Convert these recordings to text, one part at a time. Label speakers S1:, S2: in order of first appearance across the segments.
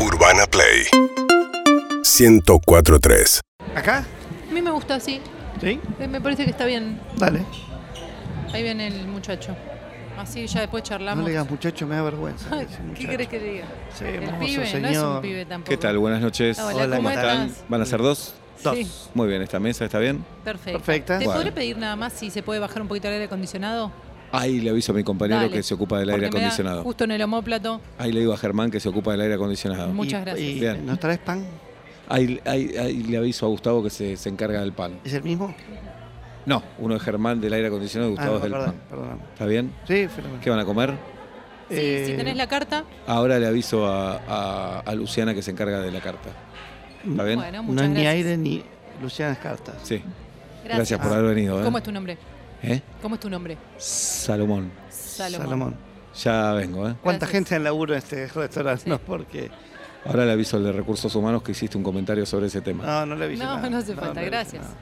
S1: Urbana Play 1043
S2: ¿Acá?
S3: A mí me gusta así.
S2: ¿Sí?
S3: Eh, Me parece que está bien.
S2: Dale.
S3: Ahí viene el muchacho. Así ya después charlamos.
S2: No le digas muchacho, me da vergüenza.
S3: Ay,
S2: dice
S3: ¿Qué
S2: muchacho.
S3: querés que diga?
S2: Sí,
S3: el
S2: hermoso
S3: pibe no es
S2: señor.
S3: un pibe tampoco.
S4: ¿Qué tal? Buenas noches.
S3: Hola,
S2: Hola,
S3: ¿cómo
S2: ¿cómo
S3: estás?
S4: ¿Van a ser dos?
S2: Dos.
S3: Sí.
S4: Muy bien, ¿esta mesa está bien?
S3: Perfecto.
S2: Perfecta.
S3: ¿Te
S4: Bueno.
S3: podré pedir nada más si se puede bajar un poquito el aire acondicionado?
S4: Ahí le aviso a mi compañero
S3: Dale.
S4: que se ocupa del aire
S3: Porque me da
S4: acondicionado.
S3: Justo en el homóplato.
S4: Ahí le digo a Germán que se ocupa del aire acondicionado.
S3: Muy- Muchas
S2: Y-
S3: gracias.
S2: Y,
S4: Bien.
S2: ¿Nos traes pan?
S4: Ahí, ahí- ahí le aviso a Gustavo que se, se encarga del pan.
S2: ¿Es el mismo?
S4: No, uno es Germán del aire acondicionado y
S2: ah,
S4: Gustavo es
S2: no,
S4: del
S2: perdón,
S4: pan.
S2: perdón.
S4: ¿Está bien?
S2: Sí, fenomenal.
S4: ¿Qué van a comer?
S3: Sí, si
S2: Eh,
S3: tenés la carta.
S4: Ahora le aviso a, a- a Luciana que se encarga de la carta. ¿Está bien?
S3: Bueno,
S2: No
S3: muchas
S2: es
S3: gracias.
S2: ni aire ni Lucianas cartas.
S4: Sí. Gracias, por haber venido. ¿eh?
S3: ¿Cómo es tu nombre?
S4: ¿Eh?
S3: ¿Cómo es tu nombre?
S4: Salomón.
S3: Salomón.
S4: Ya vengo, ¿eh?
S2: ¿Cuánta
S3: Gracias.
S2: gente en laburo en este restaurante? No, porque.
S4: Ahora le aviso al de recursos humanos que hiciste un comentario sobre ese tema.
S2: No, no le avisé
S3: No,
S2: nada.
S3: no hace
S2: le
S3: falta.
S2: avisé
S3: Gracias.
S2: nada.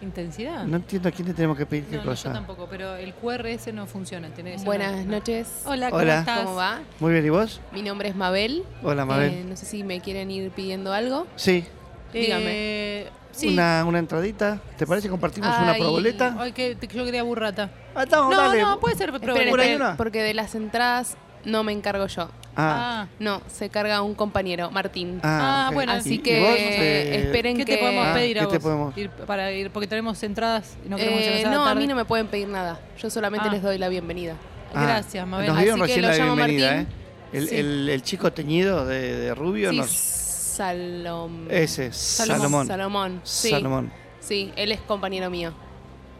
S3: Intensidad.
S2: No entiendo a quién le tenemos que pedir qué
S3: No, no, yo
S2: cosa.
S3: tampoco, pero el QR ese no funciona. Tenés que
S5: Buenas
S3: llamar.
S5: noches.
S3: Hola, ¿cómo
S2: Hola.
S3: estás?
S5: ¿Cómo va?
S2: Muy bien, ¿y vos?
S5: Mi nombre es Mabel.
S2: Hola, Mabel.
S5: Eh, no sé si me quieren ir pidiendo algo.
S2: sí.
S5: Dígame.
S3: Eh, sí.
S2: Una, una entradita. ¿Te parece compartimos una
S5: Ay,
S2: proboleta?
S3: Ay, que te- yo quería burrata.
S2: Ah, estamos,
S3: no,
S2: dale.
S3: no, puede ser
S5: Esperen,
S2: ¿Por ahí
S5: esperen,
S2: una?
S5: porque de las entradas no me encargo yo.
S2: Ah,
S3: Ah,
S5: No, se carga un compañero, Martín.
S2: ah,
S3: Ah,
S2: ok.
S3: bueno.
S5: Así
S2: ¿Y-
S5: que
S2: y vos, eh,
S5: esperen
S3: ¿qué
S5: que...
S3: te podemos
S2: Ah,
S3: pedir a
S2: ¿qué
S3: vos?
S2: te podemos?
S3: Ir para ir, porque tenemos entradas y no queremos
S5: Eh,
S3: llegar
S5: no, a
S3: tarde.
S5: mí no me pueden pedir nada. Yo solamente
S3: Ah.
S5: les doy la bienvenida.
S2: Ah,
S3: Gracias, Mabel.
S2: Nos dieron
S5: Así que
S2: recién
S5: lo
S2: la
S5: llamo
S2: bienvenida,
S5: Martín.
S2: ¿eh? El,
S5: Sí.
S2: el- el chico teñido de, de rubio,
S5: Sí,
S2: nos-
S5: Salom-
S2: ese, Salomón.
S5: Salomón. Salomón. Sí,
S2: Salomón.
S5: sí, él es compañero mío.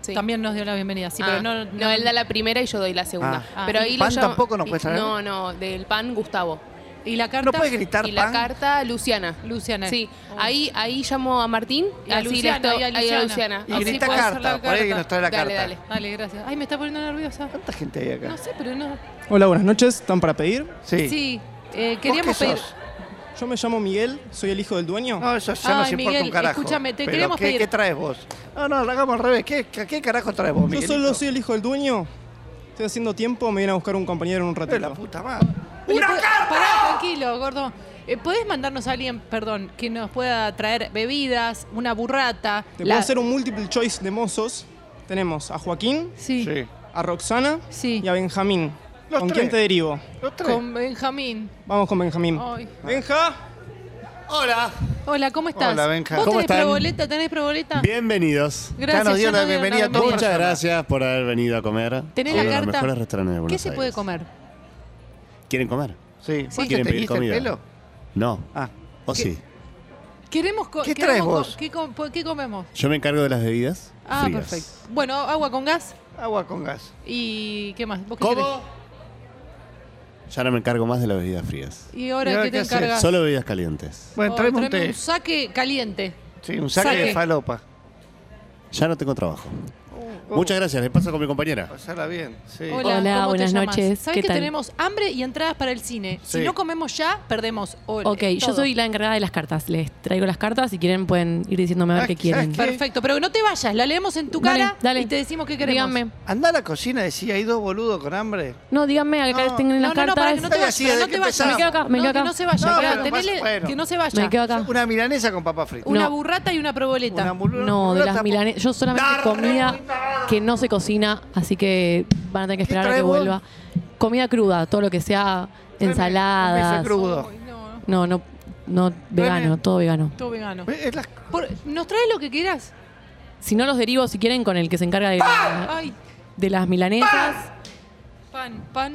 S5: Sí.
S3: También nos dio la bienvenida, sí,
S5: Ah,
S3: pero no,
S5: no, él da la primera y yo doy la segunda.
S3: Ah.
S5: Pero
S3: Ah.
S5: ahí
S2: ¿Pan
S5: lo llamo-
S2: tampoco nos puede traer?
S5: No, no, del pan Gustavo.
S3: Y la carta,
S2: ¿No puede gritar
S5: y la
S2: pan?
S5: carta Luciana.
S3: Luciana.
S5: Sí,
S3: Oh.
S5: ahí ahí llamo a Martín.
S3: Y a
S5: así le
S3: Luciana,
S5: estoy-
S3: y a
S5: ahí a
S3: Luciana.
S5: Luciana.
S2: Y
S5: Así
S3: Así
S2: grita
S5: puedo hacer
S2: carta,
S3: la
S2: por ahí que
S3: carta.
S2: nos trae la
S5: Dale,
S2: carta.
S5: dale.
S3: Dale, gracias. Ay, me está poniendo nerviosa.
S2: ¿Cuánta gente hay acá?
S3: No sé, pero no.
S6: Hola, buenas noches. ¿Están para pedir?
S2: Sí.
S3: Sí, eh,
S2: ¿Vos
S3: queríamos
S2: qué
S3: pedir.
S2: sos?
S6: Yo me llamo Miguel, soy el hijo del dueño.
S2: No, eso ya nos
S3: Ay,
S2: importa
S3: Miguel,
S2: un carajo.
S3: escúchame, te
S2: Pero
S3: queremos
S2: ¿qué,
S3: pedir-
S2: ¿Qué traes vos? No, no, lo hagamos al revés. ¿Qué, qué, qué carajo traes vos,
S6: Yo
S2: Miguelito?
S6: solo soy el hijo del dueño. Estoy haciendo tiempo, me viene a buscar un compañero en un
S2: Eh, la
S6: ratito.
S2: puta madre.
S3: ¡Una carta! Pará, tranquilo, gordo. Eh, ¿Podés mandarnos a alguien, perdón, que nos pueda traer bebidas, una burrata?
S6: Te
S3: la-
S6: puedo hacer un multiple choice de mozos. Tenemos a Joaquín,
S3: Sí.
S2: Sí.
S6: a Roxana
S3: Sí.
S6: y a Benjamín.
S2: Los
S6: ¿Con
S2: tres.
S6: quién te derivo?
S2: Los tres.
S3: Con Benjamín.
S6: Vamos con Benjamín.
S2: Oh.
S3: Ay.
S6: Benja,
S7: Hola.
S3: Hola, ¿cómo estás?
S2: Hola, Benja.
S3: ¿Vos
S7: ¿Cómo
S3: tenés
S7: están?
S3: proboleta? ¿Tenés proboleta?
S7: Bienvenidos.
S3: Gracias.
S2: Ya nos dio la
S3: dieron
S2: bienvenida a
S3: la
S2: todos.
S7: Muchas
S2: personas.
S7: gracias por haber venido a comer.
S3: ¿Tenés
S7: a
S3: la
S7: uno de los
S3: carta?
S7: mejores restaurantes de Buenos
S3: ¿Qué se
S7: Aires.
S3: puede comer?
S7: ¿Quieren comer?
S2: Sí. ¿Vos te
S7: ¿Quieren pedir
S2: teñiste el
S7: comida?
S2: pelo?
S7: No.
S2: Ah.
S7: ¿O sí?
S3: Queremos co-
S2: ¿Qué
S3: queremos
S2: traes
S3: co-
S2: vos?
S3: ¿qué, com- po- qué comemos?
S7: Yo me encargo de las bebidas.
S3: Ah,
S7: frías.
S3: perfecto. Bueno, agua con gas
S2: Agua con gas.
S3: y ¿qué más? ¿Vos qué
S7: ¿Cómo? Ya no me encargo más de las bebidas frías.
S3: querés? ¿Y
S2: ¿Y
S3: ahora
S2: ahora
S3: qué te
S2: qué haces?
S3: encargas?
S7: Solo bebidas calientes.
S2: Bueno,
S3: Oh,
S2: traeme un
S3: tráeme
S2: té.
S3: un saque caliente.
S2: Sí, un saque,
S3: saque.
S2: de falopa.
S7: Ya no tengo trabajo.
S2: Uh,
S3: Oh.
S7: Muchas gracias. Les paso con mi compañera.
S2: Pasala bien. Sí.
S3: Hola,
S8: Hola,
S3: ¿cómo te
S8: buenas
S3: llamas?
S8: noches,
S3: ¿Sabés
S8: ¿qué
S3: que
S8: tal?
S3: tenemos hambre y entradas para el cine? Si
S2: Sí.
S3: no comemos ya, perdemos hor-
S8: Ok,
S3: eh,
S8: yo
S3: todo.
S8: soy la encargada de las cartas. Les traigo las cartas. Si quieren, pueden ir diciéndome a ver
S2: Ah,
S8: qué quieren.
S2: ¿sabes
S3: Perfecto, pero no te vayas, la leemos en tu
S8: Dale,
S3: cara
S8: dale.
S3: y te decimos qué queremos.
S8: Díganme.
S2: Anda a la cocina y decís, hay dos boludos con hambre.
S8: No, díganme, acá
S2: No,
S8: tienen
S3: No,
S8: las
S3: no, no, para
S8: cartas.
S3: que no te
S2: Ay,
S3: vayas,
S2: así,
S3: pero
S2: desde
S3: no
S2: que
S3: te vayas.
S2: empezamos. Me
S8: quedo acá, me
S3: No,
S8: quedo acá.
S3: Que no se vaya,
S2: No,
S3: quedá,
S2: pero pasa-
S3: tenele-
S2: bueno.
S3: que no se vaya.
S8: Me quedo acá.
S2: Una milanesa con papa frita.
S3: Una
S8: No.
S3: burrata y una proboleta.
S2: Una boluda-
S8: no, de
S2: boluda
S8: las
S2: tampoco.
S8: milanes. Yo solamente
S2: Dale,
S8: comida que no se cocina, así que van a tener que
S2: ¿Qué
S8: esperar a
S2: traes
S8: que
S2: vos?
S8: vuelva. Comida cruda, todo lo que sea
S2: Tráeme Un bife
S8: ensaladas.
S2: crudo.
S3: Ay,
S8: No,
S3: no,
S8: no, no, vegano, todo vegano.
S3: todo vegano.
S2: Eh, es la-
S3: Por- ¿Nos traes lo que quieras?
S8: Si no, los derivo, si quieren, con el que se encarga de,
S2: ¡Ah!
S3: Ay,
S8: de las milanesas.
S3: pan, pan. pan.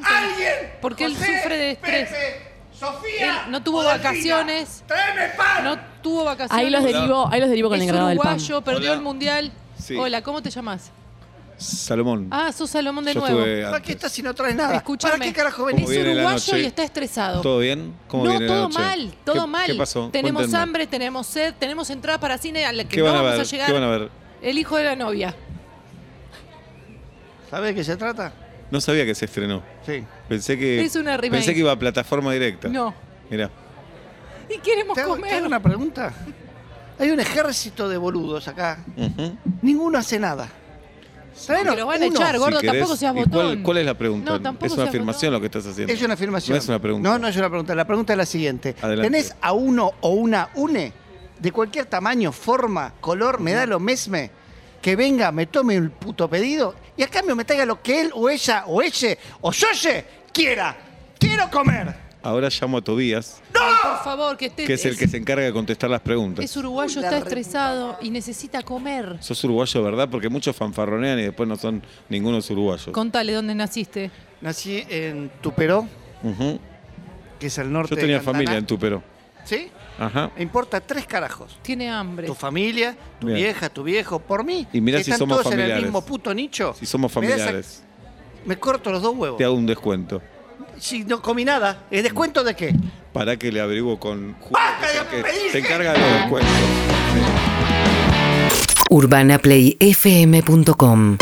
S3: Porque él sufre de estrés. Sofía. Él no tuvo vacaciones. pan. No tuvo vacaciones.
S8: Ahí los derivo, ahí los derivo con el
S3: es
S8: encargado del pan.
S3: uruguayo, perdió
S4: Hola.
S3: el mundial.
S4: Sí.
S3: Hola, ¿cómo te llamas?
S4: Salomón.
S3: Ah, sos Salomón de
S4: Yo
S3: nuevo.
S4: estuve
S2: ¿Para qué
S4: antes.
S2: estás si no traes nada?
S3: Escúchame.
S2: Ah, ¿Para qué carajo
S4: ¿Cómo
S3: Es
S2: venís?
S4: viene? la
S3: uruguayo
S4: noche?
S3: y está estresado.
S4: ¿Todo bien? ¿Cómo
S3: no,
S4: viene la
S3: todo
S4: noche?
S3: mal, todo
S4: ¿Qué-
S3: mal.
S4: ¿Qué pasó?
S3: Tenemos
S4: Cuéntenme.
S3: hambre, tenemos sed, tenemos entradas para cine a la que
S4: ¿Qué
S3: no
S4: van a
S3: vamos a
S4: ver?
S3: llegar.
S4: ¿Qué van a ver?
S3: El hijo de la novia.
S2: ¿Sabés de qué se trata?
S4: No sabía que se estrenó.
S2: Sí.
S4: Pensé que
S3: Es una remake.
S4: pensé que iba a plataforma directa.
S3: No.
S4: Mirá.
S3: Y queremos
S2: ¿Te hago, te
S3: comer.
S2: hago una pregunta? Hay un ejército de boludos acá.
S4: Ujú.
S2: Ninguno hace nada. Traenos
S3: que los van a
S2: uno,
S3: echar,
S2: si
S3: gordo,
S4: Si querés.
S3: tampoco seas
S4: ¿Y
S3: botón.
S4: cuál, cuál es la pregunta?
S3: No, tampoco
S4: ¿Es una
S3: seas
S4: afirmación
S3: botón.
S4: lo que estás haciendo?
S2: Es una afirmación.
S4: No es una pregunta.
S2: No, no es una pregunta. La pregunta es la siguiente.
S4: Adelante.
S2: ¿Tenés a uno o una une de cualquier tamaño, forma, color, me da lo mesme? Que venga, me tome un puto pedido y a cambio me traiga lo que él o ella o ella o soye quiera. ¡Quiero comer!
S4: Ahora llamo a Tobías,
S3: Ay, por favor, que esté.
S4: que es el que se encarga de contestar las preguntas.
S3: es
S2: Uy,
S3: uruguayo,
S2: la
S3: está
S2: reputa
S3: estresado y necesita comer.
S4: Sos uruguayo, ¿verdad? Porque muchos fanfarronean y después no son ningunos uruguayos.
S3: Contale dónde naciste.
S2: Nací en Tuperó,
S4: Ujú.
S2: que es el norte
S4: Yo tenía
S2: de Cantaná.
S4: familia en Tupero.
S2: ¿Sí?
S4: Ajá.
S2: Me importa tres carajos.
S3: Tiene hambre.
S2: Tu familia, tu
S4: Bien.
S2: vieja, tu viejo, por mí.
S4: Y mirá
S2: que
S4: si
S2: están
S4: somos
S2: todos en
S4: familiares.
S2: el mismo puto nicho.
S4: Si somos
S2: me das a-
S4: familiares,
S2: Me, corto los dos huevos.
S4: te hago un descuento.
S2: Si no comí nada, ¿el descuento de qué?
S4: Para que le averiguo con Julio,
S2: ¡Basta
S4: que es el
S2: de
S4: que
S2: pedir
S4: se
S2: gente!
S4: encarga de los descuentos.
S1: urbanaplayfm.com